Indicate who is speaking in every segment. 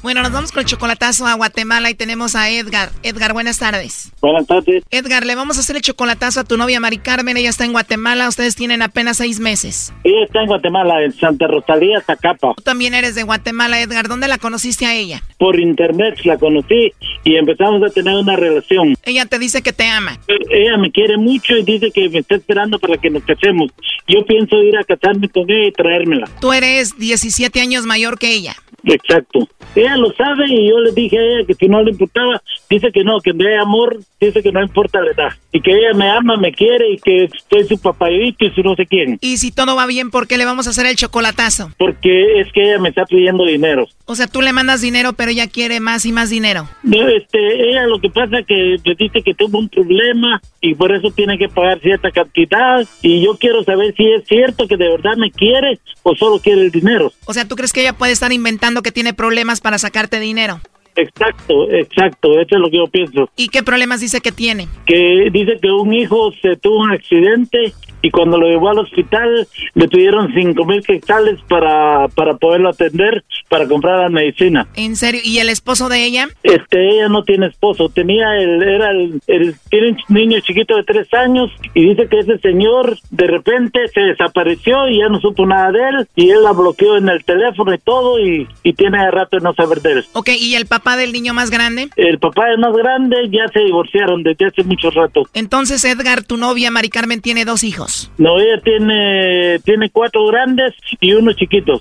Speaker 1: Bueno, nos vamos con el chocolatazo a Guatemala y tenemos a Edgar. Edgar, buenas tardes.
Speaker 2: Buenas tardes.
Speaker 1: Edgar, le vamos a hacer el chocolatazo a tu novia Mari Carmen. Ella está en Guatemala. Ustedes tienen apenas seis meses.
Speaker 2: Ella está en Guatemala, en Santa Rosalía, Zacapa.
Speaker 1: Tú también eres de Guatemala, Edgar. ¿Dónde la conociste a ella?
Speaker 2: Por internet la conocí y empezamos a tener una relación.
Speaker 1: Ella te dice que te ama.
Speaker 2: Ella me quiere mucho y dice que me está esperando para que nos casemos. Yo pienso ir a casarme con ella y traérmela.
Speaker 1: Tú eres 17 años mayor que ella.
Speaker 2: Exacto. Ella lo sabe y yo le dije a ella que si no le importaba, dice que no, que me hay amor, dice que no importa la edad. Y que ella me ama, me quiere y que soy su papayito y su no sé quién.
Speaker 1: Y si todo va bien, ¿por qué le vamos a hacer el chocolatazo?
Speaker 2: Porque es que ella me está pidiendo dinero.
Speaker 1: O sea, tú le mandas dinero, pero ella quiere más y más dinero.
Speaker 2: No, este, ella lo que pasa que le dice que tuvo un problema y por eso tiene que pagar cierta cantidad. Y yo quiero saber si es cierto que de verdad me quiere o solo quiere el dinero.
Speaker 1: O sea, ¿tú crees que ella puede estar inventando que tiene problemas para sacarte dinero?
Speaker 2: Exacto, exacto, eso es lo que yo pienso.
Speaker 1: ¿Y qué problemas dice que tiene?
Speaker 2: Que dice que un hijo se tuvo un accidente y cuando lo llevó al hospital le pidieron cinco mil quetzales para, para poderlo atender, para comprar la medicina.
Speaker 1: ¿En serio? ¿Y el esposo de ella?
Speaker 2: Este, ella no tiene esposo, tenía el, era el, el, tiene un niño chiquito de tres años y dice que ese señor de repente se desapareció y ya no supo nada de él y él la bloqueó en el teléfono y todo y, y tiene de rato de no saber de él.
Speaker 1: Ok, ¿y el papá del niño más grande?
Speaker 2: El papá del más grande ya se divorciaron desde hace mucho rato.
Speaker 1: Entonces, Edgar, tu novia Mari Carmen tiene dos hijos.
Speaker 2: No, ella tiene, tiene cuatro grandes y uno chiquito.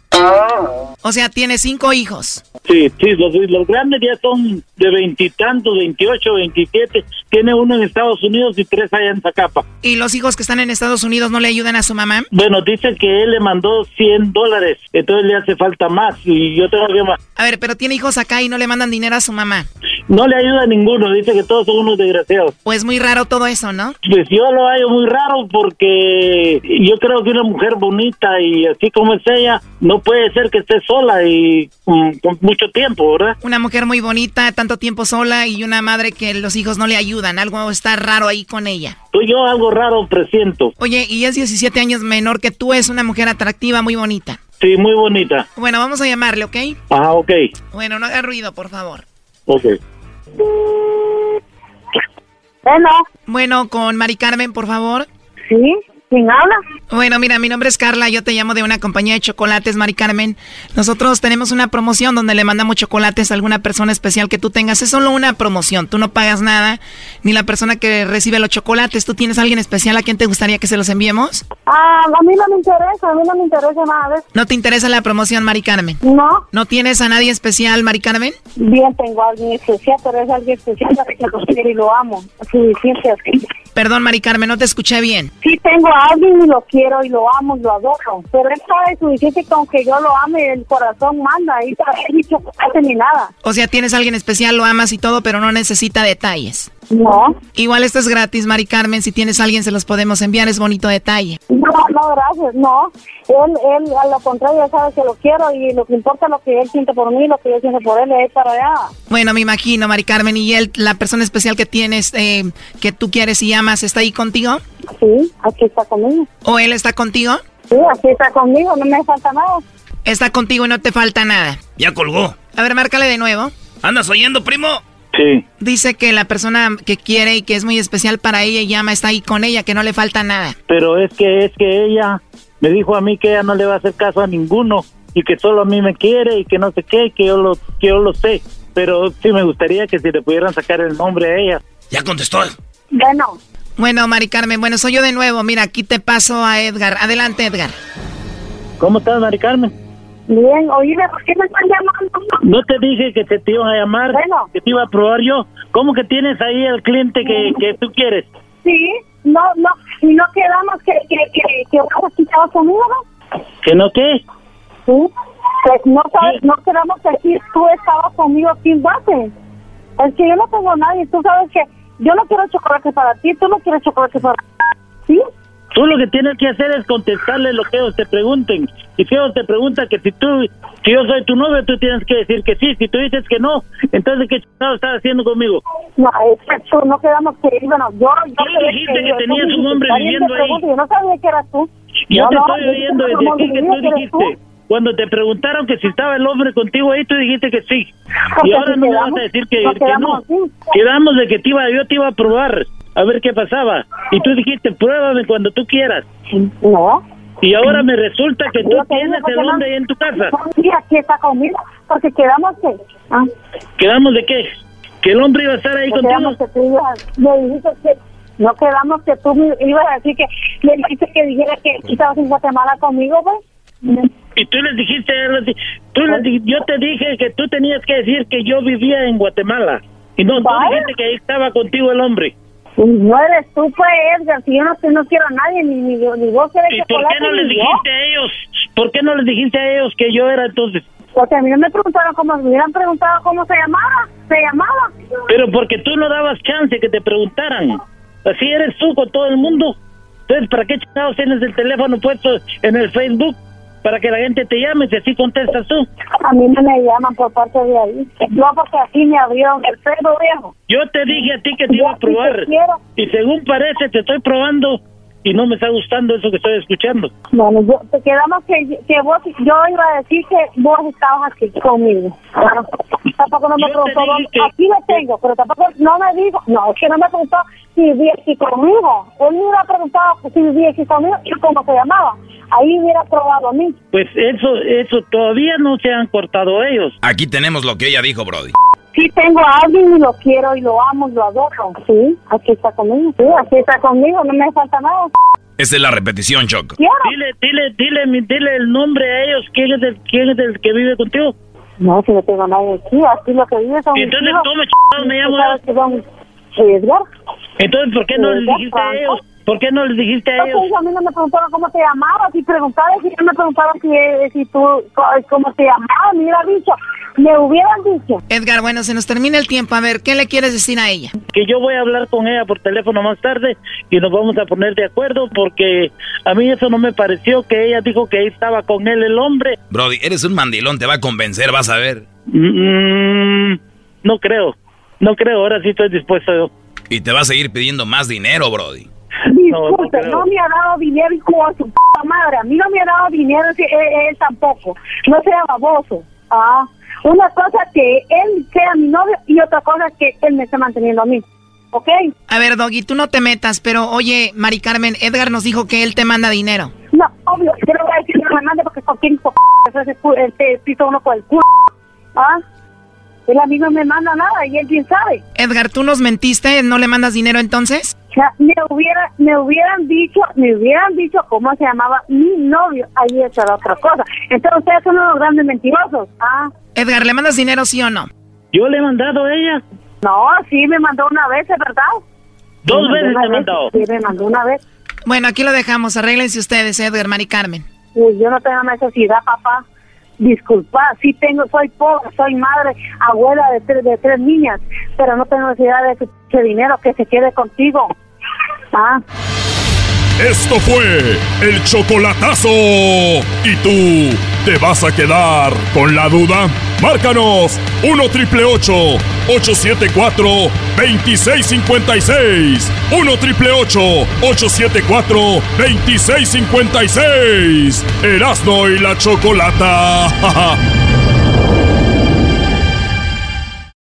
Speaker 1: O sea, tiene cinco hijos.
Speaker 2: Sí, sí, los, los grandes ya son de veintitantos, veintiocho, veintisiete. Tiene uno en Estados Unidos y tres allá en Zacapa.
Speaker 1: ¿Y los hijos que están en Estados Unidos no le ayudan a su mamá?
Speaker 2: Bueno, dice que él le mandó 100 dólares, entonces le hace falta más y yo tengo que más.
Speaker 1: A ver, pero tiene hijos acá y no le mandan dinero a su mamá.
Speaker 2: No le ayuda a ninguno, dice que todos son unos desgraciados.
Speaker 1: Pues muy raro todo eso, ¿no?
Speaker 2: Pues yo lo hallo muy raro porque yo creo que una mujer bonita y así como es ella, no puede ser que esté sola y um, con mucho tiempo, ¿verdad?
Speaker 1: Una mujer muy bonita, tanto tiempo sola y una madre que los hijos no le ayudan, algo está raro ahí con ella.
Speaker 2: Pues Yo algo raro presiento.
Speaker 1: Oye, y es 17 años menor que tú, es una mujer atractiva, muy bonita.
Speaker 2: Sí, muy bonita.
Speaker 1: Bueno, vamos a llamarle, ¿ok?
Speaker 2: Ah, ok.
Speaker 1: Bueno, no haga ruido, por favor.
Speaker 2: Ok.
Speaker 3: Bueno.
Speaker 1: Bueno, con Mari Carmen, por favor.
Speaker 3: Sí, ¿quién habla?
Speaker 1: Bueno, mira, mi nombre es Carla, yo te llamo de una compañía de chocolates, Mari Carmen. Nosotros tenemos una promoción donde le mandamos chocolates a alguna persona especial que tú tengas. Es solo una promoción, tú no pagas nada, ni la persona que recibe los chocolates. ¿Tú tienes a alguien especial a quien te gustaría que se los enviemos?
Speaker 3: Ah, a mí no me interesa, a mí no me interesa nada. de eso.
Speaker 1: ¿No te interesa la promoción, Mari Carmen?
Speaker 3: No,
Speaker 1: ¿No tienes a nadie especial, Mari Carmen?
Speaker 3: bien tengo a alguien especial, pero es alguien especial para que lo quiero y lo amo. Sí, sí, sí, sí.
Speaker 1: Perdón, Mari Carmen, no te escuché bien.
Speaker 3: Sí tengo a alguien y lo quiero y lo amo y lo adoro, pero él sabe suficiente con que yo lo ame, el corazón manda ahí para él ni chocolate ni nada.
Speaker 1: O sea, tienes a alguien especial, lo amas y todo, pero no necesita detalles.
Speaker 3: No,
Speaker 1: Igual esto es gratis, Mari Carmen. Si tienes a alguien, se los podemos enviar. Es bonito detalle.
Speaker 3: no, no, gracias, no. Él, él, a lo contrario, él sabe que lo quiero y lo que importa es lo que él siente por mí, lo que yo siento por él, es para allá.
Speaker 1: Bueno, me imagino, Mari Carmen. ¿Y él, la persona especial que tienes, eh, que tú quieres y amas, está ahí contigo?
Speaker 3: Sí, aquí está conmigo.
Speaker 1: ¿O él está contigo?
Speaker 3: Sí, aquí está conmigo, no me falta nada.
Speaker 1: Está contigo y no te falta nada.
Speaker 4: Ya colgó.
Speaker 1: A ver, márcale de nuevo.
Speaker 4: ¿Andas oyendo, primo?
Speaker 2: Sí.
Speaker 1: Dice que la persona que quiere y que es muy especial para ella y ama está ahí con ella, que no le falta nada.
Speaker 2: Pero es que es que ella me dijo a mí que ella no le va a hacer caso a ninguno y que solo a mí me quiere y que no sé qué, que yo lo que yo lo sé. Pero sí me gustaría que si le pudieran sacar el nombre a ella.
Speaker 4: Ya contestó.
Speaker 3: Bueno,
Speaker 1: Bueno, Mari Carmen, bueno, soy yo de nuevo. Mira, aquí te paso a Edgar. Adelante, Edgar.
Speaker 2: ¿Cómo estás, Mari Carmen?
Speaker 3: bien, oíme, ¿por qué me están llamando?
Speaker 2: No te dije que te, te iban a llamar,
Speaker 3: Bueno.
Speaker 2: que te iba a probar yo. ¿Cómo que tienes ahí el cliente que, que tú quieres?
Speaker 3: Sí, no, no, y no quedamos que, que, que, que vas a quitar conmigo, ¿no?
Speaker 2: ¿Que no qué?
Speaker 3: Sí. Pues no sabes, no queremos decir tú estabas conmigo sin base. Es que yo no tengo a nadie. Tú sabes que yo no quiero chocolate para ti, tú no quieres chocolate para ¿Sí?
Speaker 2: Tú lo que tienes que hacer es contestarle lo que ellos te pregunten. Y si ellos te preguntan que si tú, si yo soy tu novio, tú tienes que decir que sí. Si tú dices que no, entonces ¿qué chingado estás haciendo conmigo?
Speaker 3: No, es que tú no quedamos que bueno, yo... yo
Speaker 2: Tú
Speaker 3: quedé
Speaker 2: dijiste que
Speaker 3: yo-
Speaker 2: tenías
Speaker 3: tú
Speaker 2: un hombre
Speaker 3: alguien te
Speaker 2: viviendo ahí.
Speaker 3: pregunta, Yo no sabía que eras tú.
Speaker 2: Yo
Speaker 3: No,
Speaker 2: te
Speaker 3: no,
Speaker 2: estoy
Speaker 3: yo
Speaker 2: oyendo
Speaker 3: te
Speaker 2: desde aquí que tú
Speaker 3: pregunto, ¿eres
Speaker 2: dijiste. Cuando te preguntaron que si estaba el hombre contigo ahí, tú dijiste que sí.
Speaker 3: Porque
Speaker 2: Y ahora
Speaker 3: si
Speaker 2: no me
Speaker 3: quedamos-
Speaker 2: vas a decir que,
Speaker 3: nos
Speaker 2: que
Speaker 3: quedamos
Speaker 2: no.
Speaker 3: así.
Speaker 2: Quedamos de que te iba, yo te iba a probar, a ver qué pasaba. Y tú dijiste, pruébame cuando tú quieras.
Speaker 3: No.
Speaker 2: Y ahora me resulta que tú
Speaker 3: Yo te digo
Speaker 2: tienes
Speaker 3: que
Speaker 2: el
Speaker 3: no.
Speaker 2: hombre ahí en tu casa.
Speaker 3: No, sí, aquí está conmigo, porque quedamos que... Ah,
Speaker 2: ¿Quedamos de qué? ¿Que el hombre iba a estar ahí
Speaker 3: no
Speaker 2: contigo?
Speaker 3: quedamos que tú ibas... Me dijiste que... No quedamos que tú me ibas a decir que... Me dijiste que dijera que estabas en Guatemala conmigo, pues.
Speaker 2: Y tú les dijiste, a él, tú les di- yo te dije que tú tenías que decir que yo vivía en Guatemala. Y no, tú
Speaker 3: Vaya.
Speaker 2: dijiste que ahí estaba contigo el hombre.
Speaker 3: No eres tú, pues, Edgar. Si yo no, no quiero a nadie, ni, ni, ni vos querés
Speaker 2: ¿Y
Speaker 3: que
Speaker 2: por qué
Speaker 3: colate,
Speaker 2: no les
Speaker 3: ni yo.
Speaker 2: dijiste a ellos? ¿Por qué no les dijiste a ellos que yo era entonces?
Speaker 3: Porque a mí no me preguntaron cómo, me hubieran preguntado cómo se llamaba. Se llamaba.
Speaker 2: Pero porque tú no dabas chance que te preguntaran. Así eres tú con todo el mundo. Entonces, ¿para qué chingados tienes el teléfono puesto en el Facebook? Para que la gente te llame, si así contestas tú.
Speaker 3: A mí no me llaman por parte de ahí. No, porque aquí me abrieron el pelo viejo.
Speaker 2: Yo te dije a ti que te iba a
Speaker 3: Ya, si te
Speaker 2: probar.
Speaker 3: quiero.
Speaker 2: Y según parece, te estoy probando. Y no me está gustando eso que estoy escuchando.
Speaker 3: Bueno, yo, te quedamos que, que vos, yo iba a decir que vos estabas aquí conmigo. Bueno, tampoco no me
Speaker 2: Yo te
Speaker 3: preguntó,
Speaker 2: dije
Speaker 3: dónde-
Speaker 2: que-
Speaker 3: aquí lo tengo, pero tampoco no me dijo, no, es que no me preguntó si vivía aquí conmigo. Él me hubiera preguntado si vivía aquí conmigo y cómo se llamaba. Ahí hubiera probado a mí.
Speaker 2: Pues eso, eso todavía no se han cortado ellos.
Speaker 4: Aquí tenemos lo que ella dijo, Brody.
Speaker 3: Sí tengo a alguien y lo quiero y lo amo y lo adoro. Sí, aquí está conmigo. Sí, aquí está conmigo, no me falta nada.
Speaker 4: Esta es la repetición, Choco.
Speaker 3: Quiero.
Speaker 2: Dile, dile, dile, mi- dile el nombre a ellos. ¿Quién es el, quién es el que vive contigo?
Speaker 3: No, si no tengo a nadie aquí, aquí lo que vive son
Speaker 2: Y
Speaker 3: mis
Speaker 2: entonces,
Speaker 3: hijos.
Speaker 2: ¿cómo chingados Ah, me llamo?
Speaker 3: Sabes que son- Edgar.
Speaker 2: Entonces, ¿por qué no les dijiste a ellos? ¿Por qué no les dijiste a
Speaker 3: Entonces,
Speaker 2: ellos?
Speaker 3: a mí no me preguntaron cómo te llamabas y preguntaron si yo me preguntaba si, si tú, co- cómo te llamabas, me hubiera dicho, me hubieran dicho.
Speaker 1: Edgar, bueno, se nos termina el tiempo. A ver, ¿qué le quieres decir a ella?
Speaker 2: Que yo voy a hablar con ella por teléfono más tarde y nos vamos a poner de acuerdo porque a mí eso no me pareció que ella dijo que ahí estaba con él el hombre.
Speaker 4: Brody, eres un mandilón, te va a convencer, vas a ver.
Speaker 2: Mm, no creo, no creo, ahora sí estoy dispuesto yo.
Speaker 4: Y te va a seguir pidiendo más dinero, Brody.
Speaker 2: no
Speaker 3: Disculpe,
Speaker 2: creo.
Speaker 3: no, me ha dado dinero y como su puta madre, a mí no me ha dado dinero si- eh, él tampoco, no sea baboso. Ah, una cosa que él sea mi novio y otra cosa que él me esté manteniendo a mí, ¿ok?
Speaker 1: A ver, Doggy, tú no te metas, pero oye, Mari Carmen, Edgar nos dijo que él te manda dinero.
Speaker 3: No, obvio, yo no voy a decir nada más porque con quién con ese cu- ese piso uno con el culo. ¿Ah? Él a mí no me manda nada y él bien sabe.
Speaker 1: Edgar, tú nos mentiste, no le mandas dinero entonces.
Speaker 3: O sea, me hubiera, me hubieran dicho, me hubieran dicho cómo se llamaba mi novio, ahí esa era otra cosa. Entonces ustedes son unos grandes mentirosos. Ah,
Speaker 1: Edgar, ¿le mandas dinero sí o no?
Speaker 2: Yo le he mandado a ella
Speaker 3: no, sí me mandó una vez, ¿es verdad?
Speaker 2: dos
Speaker 3: Me mandó
Speaker 2: veces
Speaker 3: una
Speaker 2: le he mandado.
Speaker 3: Sí, me mandó una vez.
Speaker 1: Bueno, aquí lo dejamos. Arréglense ustedes, Edgar, Mari Carmen.
Speaker 3: Pues yo no tengo necesidad, papá. Disculpa, sí tengo, soy pobre, soy madre, abuela de tres, de tres niñas, pero no tengo necesidad de ese pinche dinero que se quede contigo. Ah,
Speaker 5: Esto fue el chocolatazo. ¿Y tú te vas a quedar con la duda? Márcanos 1 triple 874 2656. 1 triple 874 2656. Erasno y la chocolata.